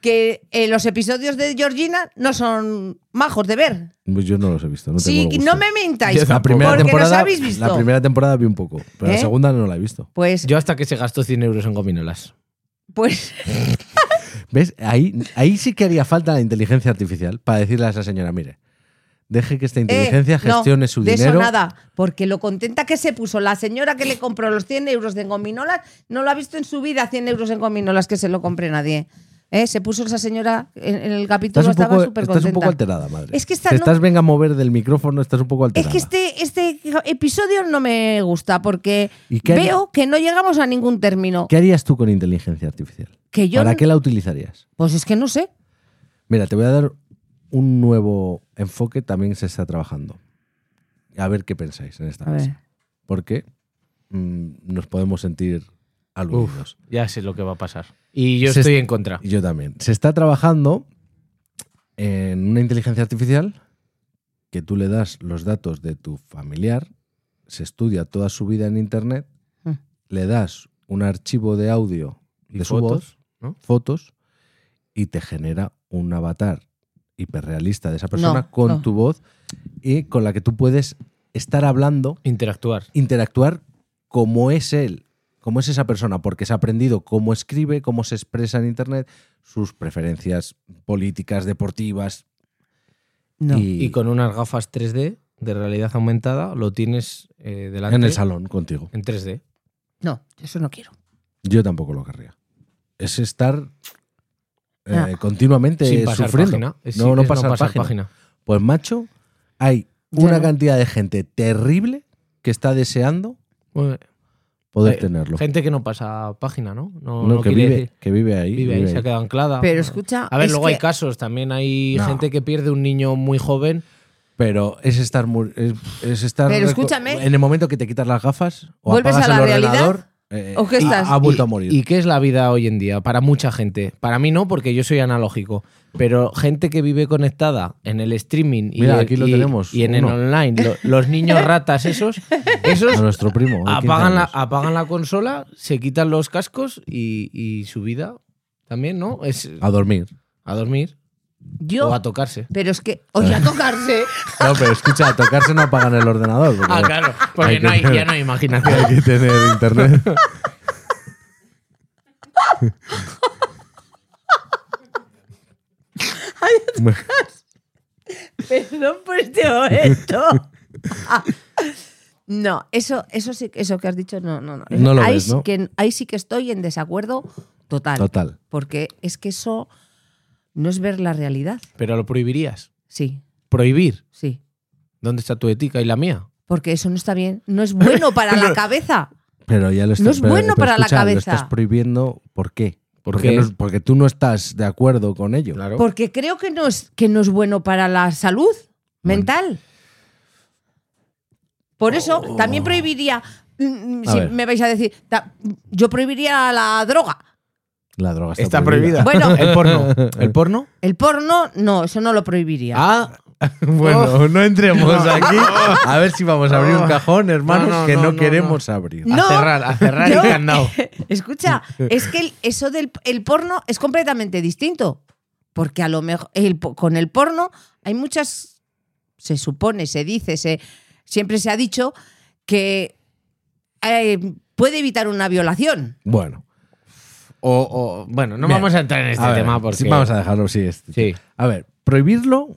Speaker 2: que eh, los episodios de Georgina no son majos de ver.
Speaker 1: Pues yo no los he visto. No tengo
Speaker 2: sí,
Speaker 1: el gusto.
Speaker 2: no me mentáis.
Speaker 3: Yo
Speaker 1: La primera,
Speaker 2: porque los
Speaker 1: temporada,
Speaker 2: habéis visto.
Speaker 1: la primera temporada vi un poco, pero
Speaker 2: ¿Eh?
Speaker 1: la segunda no la he visto.
Speaker 2: Pues,
Speaker 3: Yo hasta que se gastó 100 euros en gominolas.
Speaker 2: pues
Speaker 1: ¿Ves? Ahí, ahí sí que haría falta la inteligencia artificial para decirle a esa señora, mire, deje que esta inteligencia
Speaker 2: Eh, no,
Speaker 1: gestione su
Speaker 2: de
Speaker 1: dinero.
Speaker 2: eso nada, porque lo contenta que se puso la señora que le compró los 100 euros de gominolas, no lo ha visto en su vida 100 euros en gominolas que se lo compre nadie. Eh, Se puso esa señora en, en el capítulo,
Speaker 1: Estás un,
Speaker 2: estaba
Speaker 1: poco,
Speaker 2: súper
Speaker 1: estás
Speaker 2: contenta.
Speaker 1: un poco alterada, madre.
Speaker 2: Es que esta
Speaker 1: Te
Speaker 2: no-
Speaker 1: estás venga a mover del micrófono, estás un poco
Speaker 2: Es
Speaker 1: alterada.
Speaker 2: que este, este episodio no me gusta porque
Speaker 1: ¿Y qué haría-
Speaker 2: veo que no llegamos a ningún término.
Speaker 1: ¿Qué harías tú con inteligencia artificial?
Speaker 2: Que yo
Speaker 1: ¿Para
Speaker 2: no-
Speaker 1: qué la utilizarías?
Speaker 2: Pues es que no sé.
Speaker 1: Mira, te voy a dar un nuevo enfoque, también se está trabajando. A ver qué pensáis en esta
Speaker 2: A ver.
Speaker 1: mesa. Porque mm, nos podemos sentir aludidos.
Speaker 3: Ya sé lo que va a pasar. Y yo
Speaker 1: Se
Speaker 3: estoy
Speaker 1: est-
Speaker 3: en contra.
Speaker 1: Yo también. Se está trabajando en una inteligencia artificial que tú le das los datos de tu familiar, se estudia toda su vida en internet,
Speaker 2: Mm.
Speaker 1: le das un archivo de audio
Speaker 3: Y
Speaker 1: de su voz,
Speaker 3: fotos, ¿no?
Speaker 1: fotos, y te genera un avatar hiperrealista de esa persona
Speaker 2: No,
Speaker 1: con
Speaker 2: no.
Speaker 1: tu voz y con la que tú puedes estar hablando
Speaker 3: Interactuar.
Speaker 1: interactuar como es él, como es esa persona, porque se ha aprendido cómo escribe, cómo se expresa en Internet, sus preferencias políticas, deportivas.
Speaker 2: No.
Speaker 1: y,
Speaker 3: Y con unas gafas 3D de realidad aumentada lo tienes eh, delante.
Speaker 1: en el salón contigo.
Speaker 3: En 3D.
Speaker 2: No, eso no quiero.
Speaker 1: Yo tampoco lo querría. Es estar eh,
Speaker 2: Ah.
Speaker 1: continuamente
Speaker 3: sin pasar
Speaker 1: sufriendo.
Speaker 3: página. Eh, Es-
Speaker 1: no,
Speaker 3: es
Speaker 1: no pasar, página. Pues macho, hay
Speaker 2: Ya
Speaker 1: una
Speaker 2: no.
Speaker 1: cantidad de gente terrible que está deseando
Speaker 3: Bueno,
Speaker 1: poder
Speaker 3: Eh,
Speaker 1: tenerlo.
Speaker 3: Gente que no pasa página, ¿no? No,
Speaker 1: No,
Speaker 3: no
Speaker 1: que,
Speaker 3: quiere
Speaker 1: vive,
Speaker 3: decir-
Speaker 1: que vive ahí.
Speaker 3: vive ahí,
Speaker 1: vive
Speaker 3: se ha
Speaker 1: ahí.
Speaker 3: quedado
Speaker 1: Ah,
Speaker 3: anclada.
Speaker 2: Pero escucha,
Speaker 3: A ver,
Speaker 2: es
Speaker 3: luego hay
Speaker 2: que-
Speaker 3: casos. También hay
Speaker 1: No.
Speaker 3: gente que pierde un niño muy joven.
Speaker 1: Pero es estar, mu- es, es estar
Speaker 2: Pero
Speaker 1: reco-
Speaker 2: escúchame.
Speaker 1: en el momento que te quitas las gafas o
Speaker 2: ¿Vuelves
Speaker 1: apagas
Speaker 2: a la
Speaker 1: el
Speaker 2: realidad?
Speaker 1: ordenador eh,
Speaker 2: ¿O qué
Speaker 1: ha-
Speaker 2: estás?
Speaker 1: ha, vuelto
Speaker 3: ¿Y-
Speaker 1: a morir.
Speaker 3: ¿Y qué es la vida hoy en día? Para mucha gente. Para mí no, porque yo soy analógico. Pero gente que vive conectada en el streaming y,
Speaker 1: Mira,
Speaker 3: el-
Speaker 1: aquí lo
Speaker 3: y-
Speaker 1: tenemos,
Speaker 3: y en
Speaker 1: uno.
Speaker 3: el online, lo- los niños ratas esos,
Speaker 1: a
Speaker 3: esos
Speaker 1: nuestro primo. de 15
Speaker 3: apagan la,
Speaker 1: años.
Speaker 3: apagan la consola, se quitan los cascos y, y su vida también, ¿no? Es
Speaker 1: a dormir.
Speaker 3: a dormir
Speaker 2: Yo,
Speaker 3: o a tocarse.
Speaker 2: pero es que oye a tocarse.
Speaker 1: No, pero escucha, a tocarse no apagan el ordenador. Porque
Speaker 3: Ah, claro,
Speaker 1: Hay
Speaker 3: porque
Speaker 1: que
Speaker 3: no hay,
Speaker 1: tener-
Speaker 3: ya no hay imaginación.
Speaker 1: Hay que tener internet.
Speaker 2: Perdón por este momento. No, eso, eso sí, eso que has dicho, no, no, no.
Speaker 1: No lo
Speaker 2: ahí,
Speaker 1: ves,
Speaker 2: sí
Speaker 1: ¿no?
Speaker 2: que, ahí sí que estoy en desacuerdo total,
Speaker 1: Total.
Speaker 2: Porque es que eso no es ver la realidad.
Speaker 3: Pero lo prohibirías.
Speaker 2: Sí,
Speaker 3: Prohibir.
Speaker 2: sí.
Speaker 3: ¿Dónde está tu ética y la mía?
Speaker 2: Porque eso no está bien. No es bueno para la cabeza.
Speaker 1: Pero ya lo estás,
Speaker 2: No es
Speaker 1: pero-
Speaker 2: bueno
Speaker 1: pero
Speaker 2: para la
Speaker 1: escucha, Lo
Speaker 2: cabeza.
Speaker 1: estás prohibiendo. ¿Por qué?
Speaker 3: ¿Por
Speaker 1: porque,
Speaker 3: qué?
Speaker 1: no es- porque tú no estás de acuerdo con ello.
Speaker 3: Claro.
Speaker 2: Porque creo que no es, que no es bueno para la salud mental. Por eso también prohibiría, mm,
Speaker 1: A
Speaker 2: si
Speaker 1: ver.
Speaker 2: me vais a decir, ta- yo prohibiría la droga.
Speaker 1: La droga está,
Speaker 3: Está prohibida.
Speaker 2: Bueno.
Speaker 3: el porno. ¿El porno?
Speaker 2: El porno, no, eso no lo prohibiría.
Speaker 3: Ah,
Speaker 1: Bueno, no entremos aquí. Oh. A ver si vamos a abrir un cajón, hermanos,
Speaker 3: No, no,
Speaker 1: que
Speaker 3: no,
Speaker 1: no,
Speaker 3: no,
Speaker 1: queremos abrir.
Speaker 2: No.
Speaker 3: A cerrar, a cerrar
Speaker 2: yo-
Speaker 3: el candado.
Speaker 2: Escucha, es que el- eso del el porno es completamente distinto. Porque a lo mejor el po- con el porno hay muchas. Se supone, se dice, se, siempre se ha dicho que eh, puede evitar una violación.
Speaker 1: Bueno,
Speaker 3: O, o- bueno, no
Speaker 1: Bien.
Speaker 3: vamos a entrar en este
Speaker 1: a ver,
Speaker 3: tema porque
Speaker 1: sí, vamos a dejarlo sí, este.
Speaker 3: sí,
Speaker 1: A ver, prohibirlo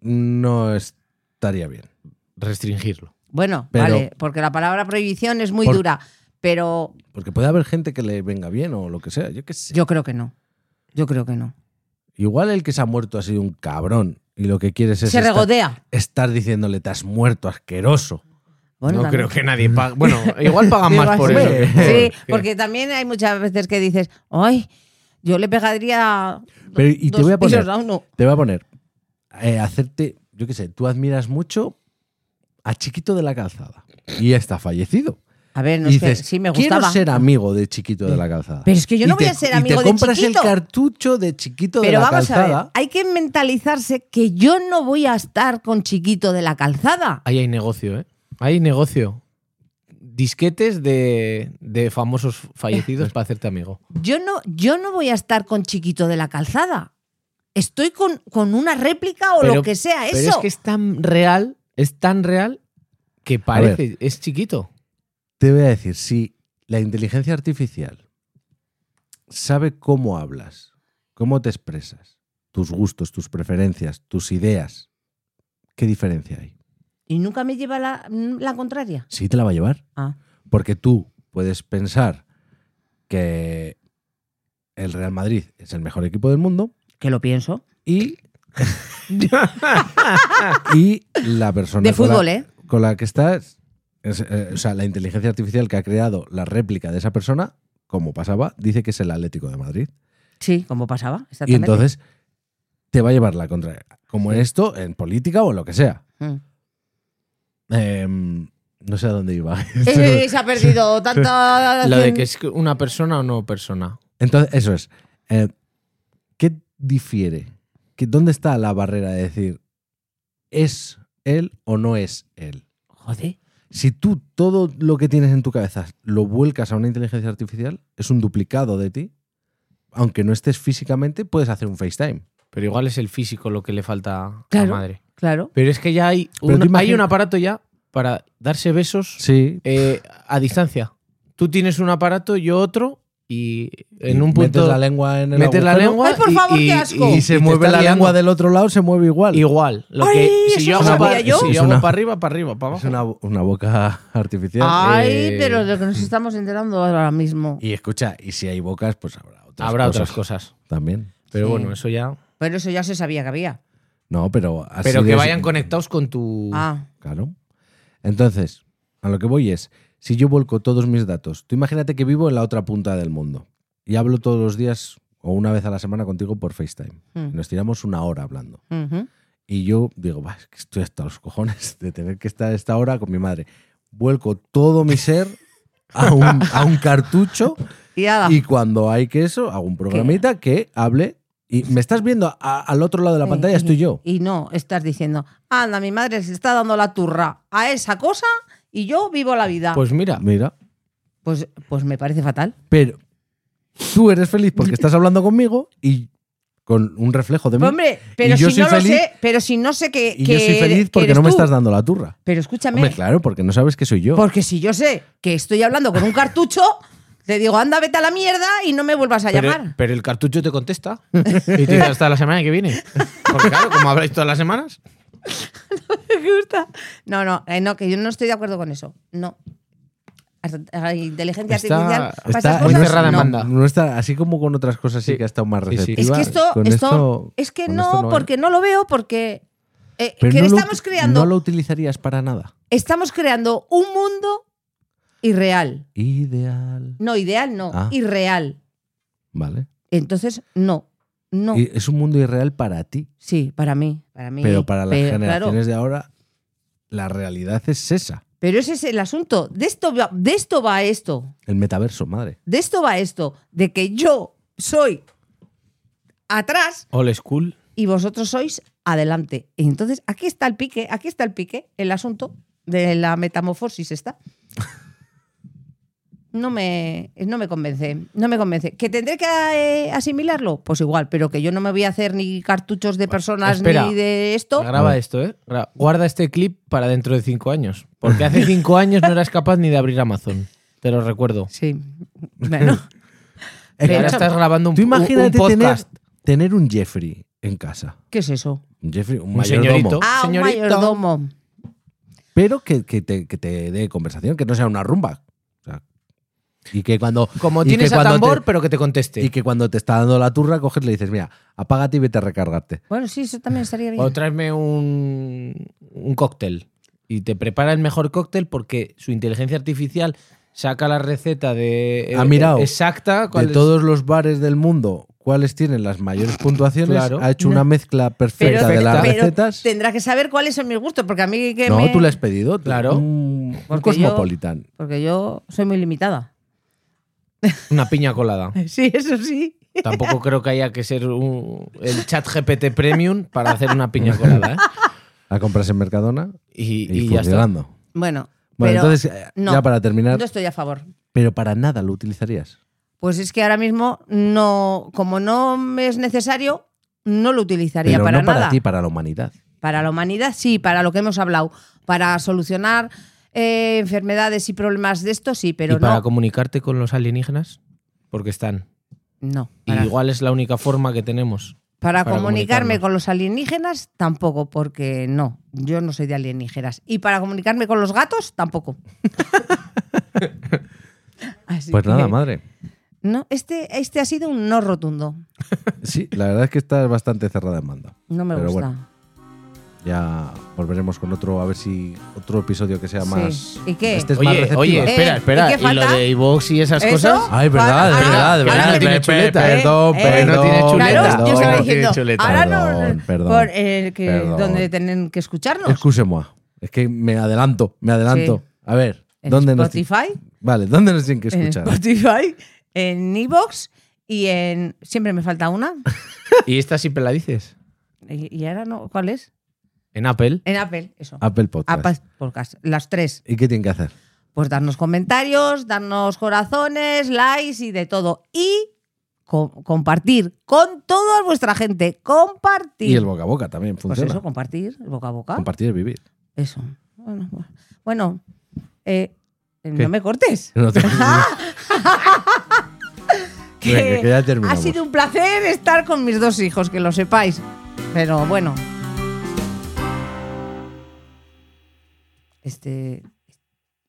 Speaker 1: no estaría bien.
Speaker 3: restringirlo.
Speaker 2: Bueno,
Speaker 1: Pero-
Speaker 2: vale, porque la palabra prohibición es muy
Speaker 1: Por-
Speaker 2: dura. Pero
Speaker 1: Porque puede haber gente que le venga bien o lo que sea, yo qué sé.
Speaker 2: yo creo que no. Yo creo que no.
Speaker 1: Igual el que se ha muerto ha sido un cabrón y lo que quieres es
Speaker 2: se
Speaker 1: estar,
Speaker 2: regodea.
Speaker 1: estar diciéndole te has muerto, asqueroso.
Speaker 2: Bueno,
Speaker 3: no
Speaker 2: también.
Speaker 3: creo que nadie pague. Bueno, igual pagan
Speaker 2: Digo,
Speaker 3: más por
Speaker 2: así.
Speaker 3: eso.
Speaker 1: hombre,
Speaker 3: que por-
Speaker 2: Sí,
Speaker 3: que-
Speaker 2: porque también hay muchas veces que dices, ay, yo le pegaría. do-
Speaker 1: Pero, y te
Speaker 2: dos
Speaker 1: voy a poner-
Speaker 2: tiros a uno".
Speaker 1: Te voy a poner, eh, hacerte, yo qué sé, tú admiras mucho a Chiquito de la Calzada y ya está fallecido.
Speaker 2: A ver, no
Speaker 1: y
Speaker 2: es que
Speaker 1: dices,
Speaker 2: sí me
Speaker 1: quiero
Speaker 2: gustaba.
Speaker 1: ser amigo de Chiquito de la Calzada.
Speaker 2: Pero es que yo
Speaker 1: Y
Speaker 2: no voy
Speaker 1: te-
Speaker 2: a ser
Speaker 1: y
Speaker 2: amigo
Speaker 1: te
Speaker 2: de
Speaker 1: compras
Speaker 2: Chiquito.
Speaker 1: el cartucho de Chiquito de
Speaker 2: Pero
Speaker 1: la
Speaker 2: vamos
Speaker 1: Calzada.
Speaker 2: a ver, hay que mentalizarse que yo no voy a estar con chiquito de la calzada.
Speaker 3: Ahí hay negocio, ¿eh? Hay negocio. Disquetes de, de famosos fallecidos para hacerte amigo.
Speaker 2: Yo no, yo no voy a estar con chiquito de la calzada. Estoy con, con una réplica o lo
Speaker 3: Pero-
Speaker 2: que sea
Speaker 3: Pero es
Speaker 2: eso.
Speaker 3: que es tan real, es tan real que parece, es chiquito.
Speaker 1: Te voy a decir, si la inteligencia artificial sabe cómo hablas, cómo te expresas, tus gustos, tus preferencias, tus ideas, ¿qué diferencia hay?
Speaker 2: Y nunca me lleva la, mm, la contraria.
Speaker 1: Sí te la va a llevar,
Speaker 2: Ah.
Speaker 1: porque tú puedes pensar que el Real Madrid es el mejor equipo del mundo
Speaker 2: Que lo pienso.
Speaker 1: y, y la persona
Speaker 2: De
Speaker 1: con la-
Speaker 2: fútbol, ¿eh?
Speaker 1: con la que estás, es, eh, o sea, la inteligencia artificial que ha creado la réplica de esa persona, como pasaba, dice que es el Atlético de Madrid.
Speaker 2: Sí, como pasaba.
Speaker 1: Y
Speaker 2: Exactamente.
Speaker 1: entonces te va a llevar la contraria. Como en esto, en política o en lo que sea.
Speaker 2: Mm.
Speaker 1: Em, no sé a dónde iba.
Speaker 2: Eh, se ha perdido tanta.
Speaker 3: Lo de que es una persona o no persona.
Speaker 1: Entonces, eso es. Eh, ¿Qué difiere? ¿Qué- ¿Dónde está la barrera de decir es él o no es él?
Speaker 2: Joder.
Speaker 1: Si tú todo lo que tienes en tu cabeza lo vuelcas a una inteligencia artificial, es un duplicado de ti. Aunque no estés físicamente, puedes hacer un FaceTime.
Speaker 3: Pero igual es el físico lo que le falta a
Speaker 2: Claro.
Speaker 3: la madre.
Speaker 2: Claro.
Speaker 3: Pero es que ya hay,
Speaker 1: Pero
Speaker 3: un-
Speaker 1: tú imagina-
Speaker 3: hay un aparato ya para darse besos
Speaker 1: Sí.
Speaker 3: eh, a distancia. Tú tienes un aparato, yo otro, y en un punto
Speaker 1: metes la lengua en el
Speaker 3: metes la
Speaker 1: agujero
Speaker 3: lengua
Speaker 2: Ay, por favor, qué asco.
Speaker 1: y, se
Speaker 3: te
Speaker 1: mueve
Speaker 3: estás
Speaker 1: la lengua
Speaker 3: liando.
Speaker 1: del otro lado, se mueve igual.
Speaker 3: Igual. Lo
Speaker 2: Ay,
Speaker 3: que,
Speaker 2: eso
Speaker 3: si yo
Speaker 2: no
Speaker 3: hago,
Speaker 2: sabía
Speaker 3: pa-
Speaker 2: yo.
Speaker 3: si
Speaker 1: Es
Speaker 3: hago
Speaker 1: una-
Speaker 3: para arriba, para arriba, para
Speaker 1: Es
Speaker 3: abajo.
Speaker 1: una, una boca artificial.
Speaker 2: Ay,
Speaker 3: Eh,
Speaker 2: pero de lo que nos estamos enterando ahora mismo.
Speaker 1: Y escucha, y si hay bocas, pues habrá otras
Speaker 3: Habrá
Speaker 1: cosas
Speaker 3: otras cosas.
Speaker 1: También.
Speaker 3: Pero
Speaker 2: Sí.
Speaker 3: bueno, eso ya.
Speaker 2: Pero eso ya se sabía que había.
Speaker 1: No, pero así
Speaker 3: Pero que
Speaker 1: de-
Speaker 3: vayan conectados con tu.
Speaker 2: Ah,
Speaker 1: Claro. Entonces, a lo que voy es, si yo vuelco todos mis datos, tú imagínate que vivo en la otra punta del mundo y hablo todos los días o una vez a la semana contigo por FaceTime.
Speaker 2: Mm.
Speaker 1: Y nos tiramos una hora hablando.
Speaker 2: ujú.
Speaker 1: Y yo digo, "Bah, es que estoy hasta los cojones de tener que estar a esta hora con mi madre. Vuelco todo mi ser a un, a un cartucho
Speaker 2: Y nada.
Speaker 1: y cuando hay que eso, hago un programita que hable. Y me estás viendo a- al otro lado de la pantalla, estoy yo.
Speaker 2: Eh, Y no, estás diciendo, anda, mi madre se está dando la turra a esa cosa y yo vivo la vida. Pues,
Speaker 3: Pues mira,
Speaker 1: Mira,
Speaker 2: pues, me parece fatal.
Speaker 1: pero tú eres feliz porque estás hablando conmigo y con un reflejo de mí.
Speaker 2: Pues, hombre, pero
Speaker 1: Y yo
Speaker 2: si
Speaker 1: soy
Speaker 2: no
Speaker 1: feliz-
Speaker 2: lo sé, pero si no sé que.
Speaker 1: y
Speaker 2: que
Speaker 1: yo soy
Speaker 2: eres-
Speaker 1: feliz
Speaker 2: que
Speaker 1: porque
Speaker 2: eres
Speaker 1: no me
Speaker 2: tú.
Speaker 1: estás dando la turra.
Speaker 2: Pero escúchame,
Speaker 1: Hombre, claro, porque no sabes que soy yo.
Speaker 2: porque si yo sé que estoy hablando con un cartucho, te digo, anda, vete a la mierda y no me vuelvas a
Speaker 3: pero,
Speaker 2: llamar.
Speaker 3: pero el cartucho te contesta. Y te dice hasta la semana que viene. Porque claro, como habláis todas las semanas.
Speaker 2: Me gusta. No, no, eh, no, que yo no estoy de acuerdo con eso. No. Ar- ar- Inteligencia
Speaker 3: Está-
Speaker 2: artificial. para
Speaker 1: Está-
Speaker 2: esas
Speaker 3: muy
Speaker 2: cosas,
Speaker 1: no-
Speaker 3: cerrada en
Speaker 2: no.
Speaker 3: banda.
Speaker 1: no está- así como con otras cosas sí,
Speaker 3: Sí.
Speaker 1: que ha estado más
Speaker 3: Sí, sí.
Speaker 1: receptiva.
Speaker 2: Es que esto,
Speaker 1: Con
Speaker 2: esto,
Speaker 1: esto-
Speaker 2: es que
Speaker 1: con
Speaker 2: no,
Speaker 1: esto hay.
Speaker 2: porque no lo veo, porque eh,
Speaker 1: Pero
Speaker 2: que
Speaker 1: no lo
Speaker 2: estamos
Speaker 1: uti-
Speaker 2: creando,
Speaker 1: No lo utilizarías para nada.
Speaker 2: estamos creando un mundo irreal.
Speaker 1: Ideal.
Speaker 2: No, ideal no,
Speaker 1: Ah.
Speaker 2: irreal.
Speaker 1: Vale.
Speaker 2: Entonces, no, no.
Speaker 1: Y es un mundo irreal para ti.
Speaker 2: sí, para mí, para mí.
Speaker 1: Pero para las generaciones
Speaker 2: claro,
Speaker 1: de ahora, la realidad es esa.
Speaker 2: pero ese es el asunto. De esto, va- de esto va esto.
Speaker 1: El metaverso, madre.
Speaker 2: De esto va esto. De que yo soy atrás
Speaker 3: All school.
Speaker 2: y vosotros sois adelante. Y entonces, aquí está el pique, aquí está el pique, el asunto de la metamorfosis está. No me, no me convence, no me convence. ¿Que tendré que eh, asimilarlo? Pues igual, pero que yo no me voy a hacer ni cartuchos de personas
Speaker 3: espera.
Speaker 2: ni de esto.
Speaker 3: Graba esto, ¿eh? Gra- Guarda este clip para dentro de cinco años. Porque hace cinco años no eras capaz ni de abrir Amazon. Te lo recuerdo.
Speaker 2: Sí, bueno.
Speaker 3: Y ahora
Speaker 2: Pero-
Speaker 3: estás grabando un,
Speaker 1: Tú imagínate
Speaker 3: un- un
Speaker 1: tener,
Speaker 3: podcast.
Speaker 1: tener un Jeffrey en casa.
Speaker 2: ¿Qué es eso?
Speaker 1: Un Jeffrey, un,
Speaker 3: Un
Speaker 1: mayordomo.
Speaker 3: señorito.
Speaker 2: Ah, un
Speaker 3: Señorito.
Speaker 2: mayordomo.
Speaker 1: Pero que, que te, que te dé conversación, que no sea una rumba. O sea, y que cuando.
Speaker 3: Como
Speaker 1: y que
Speaker 3: tienes a
Speaker 1: cuando te-
Speaker 3: tambor, pero que te conteste.
Speaker 1: Y que cuando te está dando la turra, coges y le dices, mira, apágate y vete a recargarte.
Speaker 2: Bueno, sí, eso también estaría bien.
Speaker 3: O tráeme un, un cóctel. Y te prepara el mejor cóctel porque su inteligencia artificial saca la receta de eh,
Speaker 1: Ha mirado.
Speaker 3: exacta. cuál
Speaker 1: Ah, oh, De
Speaker 3: es-
Speaker 1: todos los bares del mundo, ¿cuáles tienen las mayores puntuaciones?
Speaker 3: Claro.
Speaker 1: Ha hecho una mezcla perfecta,
Speaker 3: Pero-
Speaker 1: de las
Speaker 3: pero
Speaker 1: recetas.
Speaker 2: Tendrá que saber cuáles son mis gustos, porque a mí que
Speaker 1: No,
Speaker 2: me-
Speaker 1: tú le has pedido. tú-
Speaker 3: Claro.
Speaker 1: Un, un
Speaker 2: Porque yo-
Speaker 1: cosmopolitan.
Speaker 2: Porque yo soy muy limitada.
Speaker 3: Una piña colada.
Speaker 2: Sí, eso sí.
Speaker 3: Tampoco creo que haya que ser un- el chat GPT Premium para hacer una piña colada. ¿eh?
Speaker 1: La compras en Mercadona
Speaker 3: Y,
Speaker 1: y,
Speaker 3: y ya está.
Speaker 1: funcionando.
Speaker 2: Bueno,
Speaker 1: Bueno,
Speaker 2: pero
Speaker 1: entonces, eh,
Speaker 2: no.
Speaker 1: ya para terminar,
Speaker 2: no estoy a favor.
Speaker 1: pero para nada lo utilizarías.
Speaker 2: Pues es que ahora mismo no, como no me es necesario, no lo utilizaría
Speaker 1: Pero
Speaker 2: para
Speaker 1: no
Speaker 2: nada.
Speaker 1: para ti, para la humanidad.
Speaker 2: Para la humanidad, sí, para lo que hemos hablado. Para solucionar eh, enfermedades y problemas de esto, sí, pero
Speaker 3: y para
Speaker 2: no.
Speaker 3: comunicarte con los alienígenas, porque están.
Speaker 2: No.
Speaker 3: Y
Speaker 2: Para,
Speaker 3: igual es la única forma que tenemos.
Speaker 2: para
Speaker 3: para
Speaker 2: comunicarme
Speaker 3: comunicarnos.
Speaker 2: con los alienígenas, tampoco, porque no, yo no soy de alienígenas. Y para comunicarme con los gatos, tampoco. Así
Speaker 1: Pues nada,
Speaker 2: que-
Speaker 1: madre.
Speaker 2: No, este, este ha sido un no rotundo.
Speaker 1: Sí, la verdad es que estás bastante cerrada en mando.
Speaker 2: No me
Speaker 1: Pero
Speaker 2: gusta.
Speaker 1: bueno, ya volveremos con otro, a ver si otro episodio que sea
Speaker 2: Sí.
Speaker 1: más.
Speaker 2: ¿Y qué?
Speaker 1: Este es más
Speaker 3: Oye,
Speaker 1: receptiva.
Speaker 3: oye,
Speaker 2: Eh,
Speaker 3: espera,
Speaker 2: ¿y
Speaker 3: espera.
Speaker 2: qué
Speaker 3: ¿Y, lo
Speaker 2: falta?
Speaker 3: de iVoox y esas
Speaker 2: ¿Eso?
Speaker 3: cosas?
Speaker 1: Ay, verdad,
Speaker 2: Ah,
Speaker 1: verdad,
Speaker 2: ah,
Speaker 1: verdad.
Speaker 2: ah,
Speaker 1: tiene
Speaker 3: eh,
Speaker 1: chuleta.
Speaker 2: eh,
Speaker 1: Perdón,
Speaker 2: eh,
Speaker 1: perdón.
Speaker 3: no tiene chuleta.
Speaker 2: Claro, yo estaba
Speaker 1: perdón.
Speaker 3: tiene
Speaker 2: diciendo.
Speaker 3: chuleta.
Speaker 2: Ahora
Speaker 1: Perdón,
Speaker 2: no.
Speaker 1: perdón,
Speaker 2: por el que,
Speaker 1: perdón.
Speaker 2: donde tienen que escucharnos.
Speaker 1: Excuse-moi, Es que me adelanto, me adelanto.
Speaker 2: Sí.
Speaker 1: A ver,
Speaker 2: En
Speaker 1: ¿dónde nos,
Speaker 2: Spotify.
Speaker 1: vale, ¿dónde nos tienen que
Speaker 2: En
Speaker 1: escuchar?
Speaker 2: Spotify. En Evox. Y en. Siempre me falta una.
Speaker 3: Y esta siempre la dices.
Speaker 2: Y, y ahora no. ¿Cuál es?
Speaker 3: En Apple.
Speaker 2: En Apple, eso.
Speaker 1: Apple Podcast.
Speaker 2: Apple Podcast. pues, Las tres.
Speaker 1: ¿Y qué tienen que hacer?
Speaker 2: Pues darnos comentarios, darnos corazones, likes y de todo. Y co- compartir con toda vuestra gente. Compartir.
Speaker 1: Y el boca a boca también
Speaker 2: pues
Speaker 1: funciona.
Speaker 2: eso, compartir, boca a boca.
Speaker 1: Compartir es vivir.
Speaker 2: Eso. Bueno, bu- bueno eh,
Speaker 3: ¿Qué?
Speaker 2: no me cortes.
Speaker 1: No te-
Speaker 2: Que
Speaker 1: Venga, que ya
Speaker 2: ha
Speaker 1: terminamos.
Speaker 2: sido un placer estar con mis dos hijos, que lo sepáis. Pero bueno. Este.